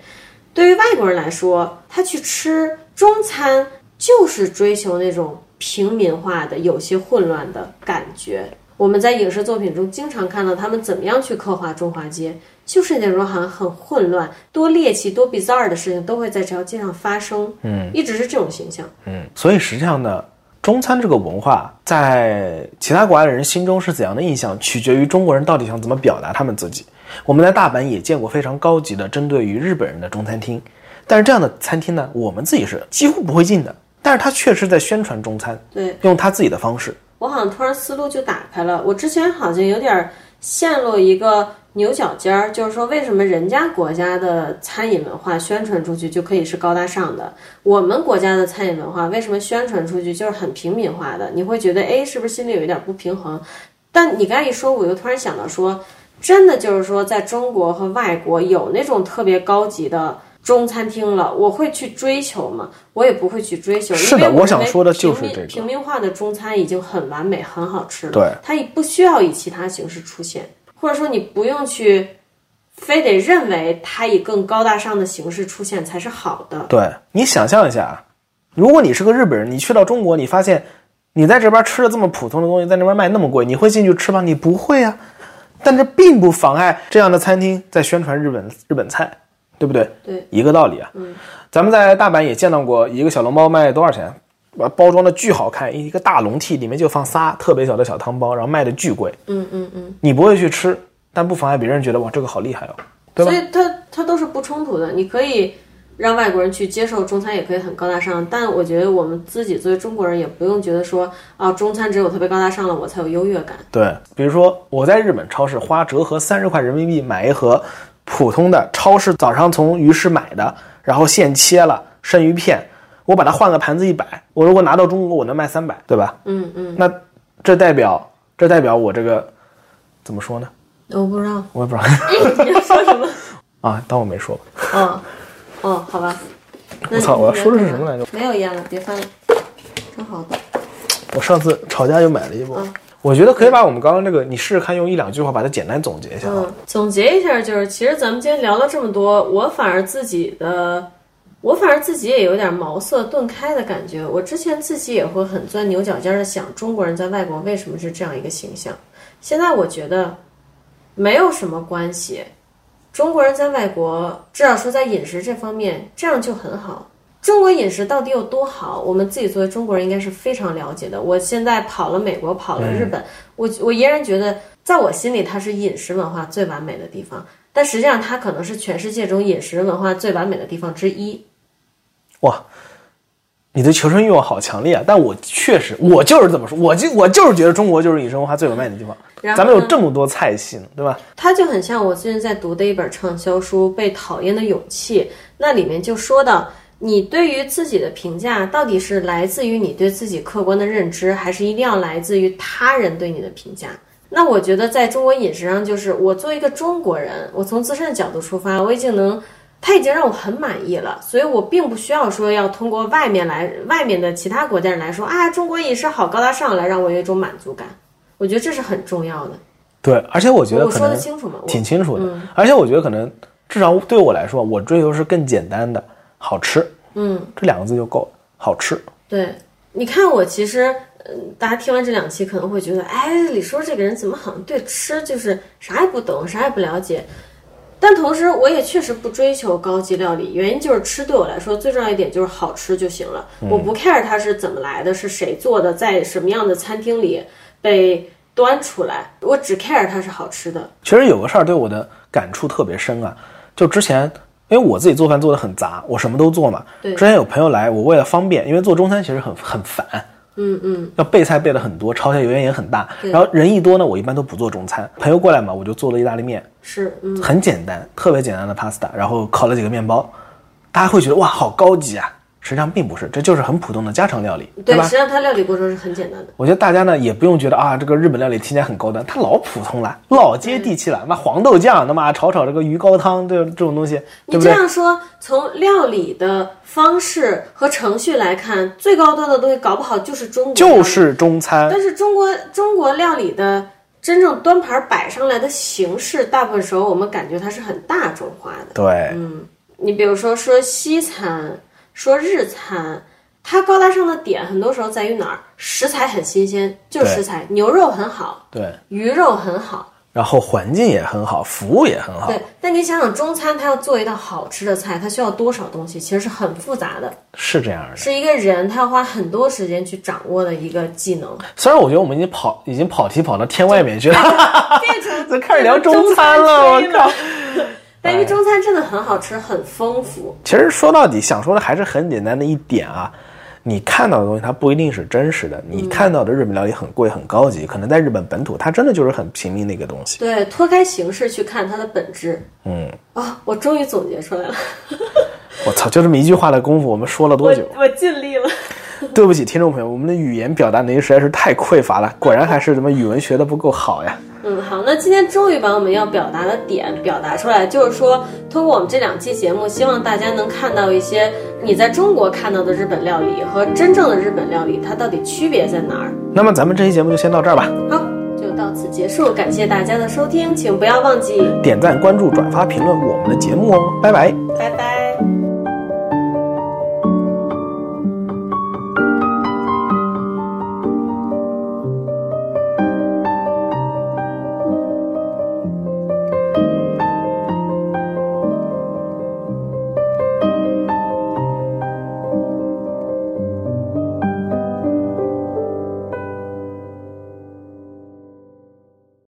[SPEAKER 3] 对于外国人来说，他去吃中餐就是追求那种平民化的、有些混乱的感觉。我们在影视作品中经常看到他们怎么样去刻画中华街，就是那种好像很混乱、多猎奇、多 bizarre 的事情都会在这条街上发生。嗯，一直是这种形象。
[SPEAKER 2] 嗯，所以实际上呢，中餐这个文化在其他国家的人心中是怎样的印象，取决于中国人到底想怎么表达他们自己。我们在大阪也见过非常高级的针对于日本人的中餐厅，但是这样的餐厅呢，我们自己是几乎不会进的。但是它确实在宣传中餐，
[SPEAKER 3] 对，
[SPEAKER 2] 用他自己的方式。
[SPEAKER 3] 我好像突然思路就打开了。我之前好像有点儿陷入一个牛角尖儿，就是说为什么人家国家的餐饮文化宣传出去就可以是高大上的，我们国家的餐饮文化为什么宣传出去就是很平民化的？你会觉得，哎，是不是心里有一点不平衡？但你刚才一说，我又突然想到说，真的就是说，在中国和外国有那种特别高级的。中餐厅了，我会去追求吗？我也不会去追求。因为
[SPEAKER 2] 是的
[SPEAKER 3] 我
[SPEAKER 2] 我想
[SPEAKER 3] 认为
[SPEAKER 2] 说的就是
[SPEAKER 3] 平民
[SPEAKER 2] 这个
[SPEAKER 3] 平民化的中餐已经很完美、很好吃了，
[SPEAKER 2] 对，
[SPEAKER 3] 它也不需要以其他形式出现，或者说你不用去非得认为它以更高大上的形式出现才是好的。
[SPEAKER 2] 对你想象一下啊，如果你是个日本人，你去到中国，你发现你在这边吃的这么普通的东西，在那边卖那么贵，你会进去吃吗？你不会啊。但这并不妨碍这样的餐厅在宣传日本日本菜，对不对？
[SPEAKER 3] 对，
[SPEAKER 2] 一个道理啊。嗯，咱们在大阪也见到过一个小笼包卖多少钱，把包装的巨好看，一个大笼屉里面就放仨特别小的小汤包，然后卖的巨贵。
[SPEAKER 3] 嗯嗯嗯，
[SPEAKER 2] 你不会去吃，但不妨碍别人觉得哇这个好厉害哦，对吧
[SPEAKER 3] 所？以它它都是不冲突的，你可以。让外国人去接受中餐也可以很高大上，但我觉得我们自己作为中国人也不用觉得说啊，中餐只有特别高大上了我才有优越感。
[SPEAKER 2] 对，比如说我在日本超市花折合三十块人民币买一盒普通的超市早上从鱼市买的，然后现切了生鱼片，我把它换个盘子一百，我如果拿到中国我能卖三百，对吧？
[SPEAKER 3] 嗯嗯，
[SPEAKER 2] 那这代表这代表我这个怎么说呢？
[SPEAKER 3] 我不知道
[SPEAKER 2] 我也不知
[SPEAKER 3] 你要说什么。
[SPEAKER 2] 道啊，当我没说吧。
[SPEAKER 3] 哦哦，好吧。那
[SPEAKER 2] 我操
[SPEAKER 3] 你
[SPEAKER 2] 我要说的是
[SPEAKER 3] 别
[SPEAKER 2] 什么来着？
[SPEAKER 3] 翻了没有烟了，别翻了，真好的。
[SPEAKER 2] 我上次吵架又买了一波。我觉得可以把我们刚刚这个，你试试看用一两句话把它简单总结一下啊。
[SPEAKER 3] 嗯，总结一下就是，其实咱们今天聊了这么多，我反而自己的，我反而自己也有点茅塞顿开的感觉。我之前自己也会很钻牛角尖的想，中国人在外国为什么是这样一个形象？现在我觉得没有什么关系，中国人在外国，至少说在饮食这方面，这样就很好。中国饮食到底有多好？我们自己作为中国人应该是非常了解的。我现在跑了美国，跑了日本，我我依然觉得，在我心里它是饮食文化最完美的地方，但实际上它可能是全世界中饮食文化最完美的地方之一。
[SPEAKER 2] 哇，你的求生欲望好强烈啊！但我确实，我就是这么说，我就我就是觉得中国就是饮食文化最有卖点的地方。
[SPEAKER 3] 然后
[SPEAKER 2] 咱们有
[SPEAKER 3] 呢
[SPEAKER 2] 这么多菜系呢，对吧？
[SPEAKER 3] 它就很像我最近在读的一本畅销书《被讨厌的勇气》，那里面就说到，你对于自己的评价到底是来自于你对自己客观的认知，还是一定要来自于他人对你的评价？那我觉得在中国饮食上，就是我作为一个中国人，我从自身的角度出发，我已经能。他已经让我很满意了，所以我并不需要说要通过外面来外面的其他国家人来说啊，中国饮食好高大上，来让我有一种满足感。我觉得这是很重要的。
[SPEAKER 2] 对，而且我觉得
[SPEAKER 3] 我
[SPEAKER 2] 可
[SPEAKER 3] 说
[SPEAKER 2] 能
[SPEAKER 3] 的清楚吗？嗯我
[SPEAKER 2] 挺清楚的，而且我觉得可能至少对我来说，我追求是更简单的，好吃，
[SPEAKER 3] 嗯，
[SPEAKER 2] 这两个字就够了，好吃。
[SPEAKER 3] 对，你看我其实，嗯，大家听完这两期可能会觉得，哎，李叔这个人怎么好像对吃就是啥也不懂，啥也不了解。但同时，我也确实不追求高级料理，原因就是吃对我来说最重要一点就是好吃就行了。我不 care 它是怎么来的，是谁做的，在什么样的餐厅里被端出来，我只 care 它是好吃的。
[SPEAKER 2] 其实有个事儿对我的感触特别深啊，就之前因为我自己做饭做的很杂，我什么都做嘛。
[SPEAKER 3] 对
[SPEAKER 2] 之前有朋友来，我为了方便，因为做中餐其实很很烦，
[SPEAKER 3] 嗯嗯，
[SPEAKER 2] 要备菜备的很多，炒起来油烟也很大。然后人一多呢，我一般都不做中餐。朋友过来嘛，我就做了意大利面，
[SPEAKER 3] 是嗯，
[SPEAKER 2] 很简单，特别简单的 pasta，然后烤了几个面包，大家会觉得哇，好高级啊！实际上并不是，这就是很普通的家常料理，
[SPEAKER 3] 对，
[SPEAKER 2] 吧
[SPEAKER 3] 实？际上它料理过程是很简单的。
[SPEAKER 2] 我觉得大家呢也不用觉得啊，这个日本料理听起来很高端，它老普通了，老接地气了。那黄豆酱，他妈炒炒这个鱼高汤，这这种东西，
[SPEAKER 3] 你
[SPEAKER 2] 对不
[SPEAKER 3] 这
[SPEAKER 2] 对？
[SPEAKER 3] 样说，从料理的方式和程序来看，最高端的东西搞不好就是中国料理，
[SPEAKER 2] 就是中餐，
[SPEAKER 3] 但是中国中国料理的真正端盘摆上来的形式，大部分时候我们感觉它是很大众化的。
[SPEAKER 2] 对，
[SPEAKER 3] 你比如说说西餐，说日餐，它高大上的点很多时候在于哪儿？食材很新鲜，就是
[SPEAKER 2] 对
[SPEAKER 3] 食材，牛肉很好，
[SPEAKER 2] 对。
[SPEAKER 3] 鱼肉很好，
[SPEAKER 2] 然后环境也很好，服务也很好
[SPEAKER 3] 对，，但你想想，中餐它要做一道好吃的菜，它需要多少东西？其实是很复杂的。
[SPEAKER 2] 是这样的。
[SPEAKER 3] 是一个人他要花很多时间去掌握的一个技能。
[SPEAKER 2] 虽然我觉得我们已经跑，已经跑题跑到天外面去 了，
[SPEAKER 3] 变 成
[SPEAKER 2] 这开始聊中餐了，我
[SPEAKER 3] 变成中餐
[SPEAKER 2] 靠！
[SPEAKER 3] 但因为中餐真的很好吃，很丰富。
[SPEAKER 2] 其实说到底，想说的还是很简单的一点啊。你看到的东西，它不一定是真实的。你看到的日本料理很贵、很高级，可能在日本本土，它真的就是很平民的一个东西。
[SPEAKER 3] 对，脱开形式去看它的本质。
[SPEAKER 2] 嗯，
[SPEAKER 3] 啊、我终于总结出来了，
[SPEAKER 2] 我操，就这么一句话的功夫，我们说了多久？
[SPEAKER 3] 我尽力了。
[SPEAKER 2] 对不起，听众朋友，我们的语言表达能力实在是太匮乏了，果然还是咱们语文学的不够好呀。
[SPEAKER 3] 嗯，好，那今天终于把我们要表达的点表达出来，就是说，通过我们这两期节目，希望大家能看到一些你在中国看到的日本料理和真正的日本料理，它到底区别在哪儿。
[SPEAKER 2] 那么咱们这期节目就先到这儿吧，
[SPEAKER 3] 好，就到此结束，感谢大家的收听，请不要忘记，
[SPEAKER 2] 点赞、关注、转发、评论我们的节目哦，拜拜。
[SPEAKER 3] 拜拜。